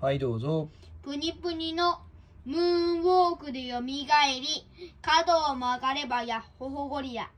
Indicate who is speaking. Speaker 1: はい、どうぞ。
Speaker 2: プニプニのムーンウォークでよみがえり角を曲がればやっほほゴリラ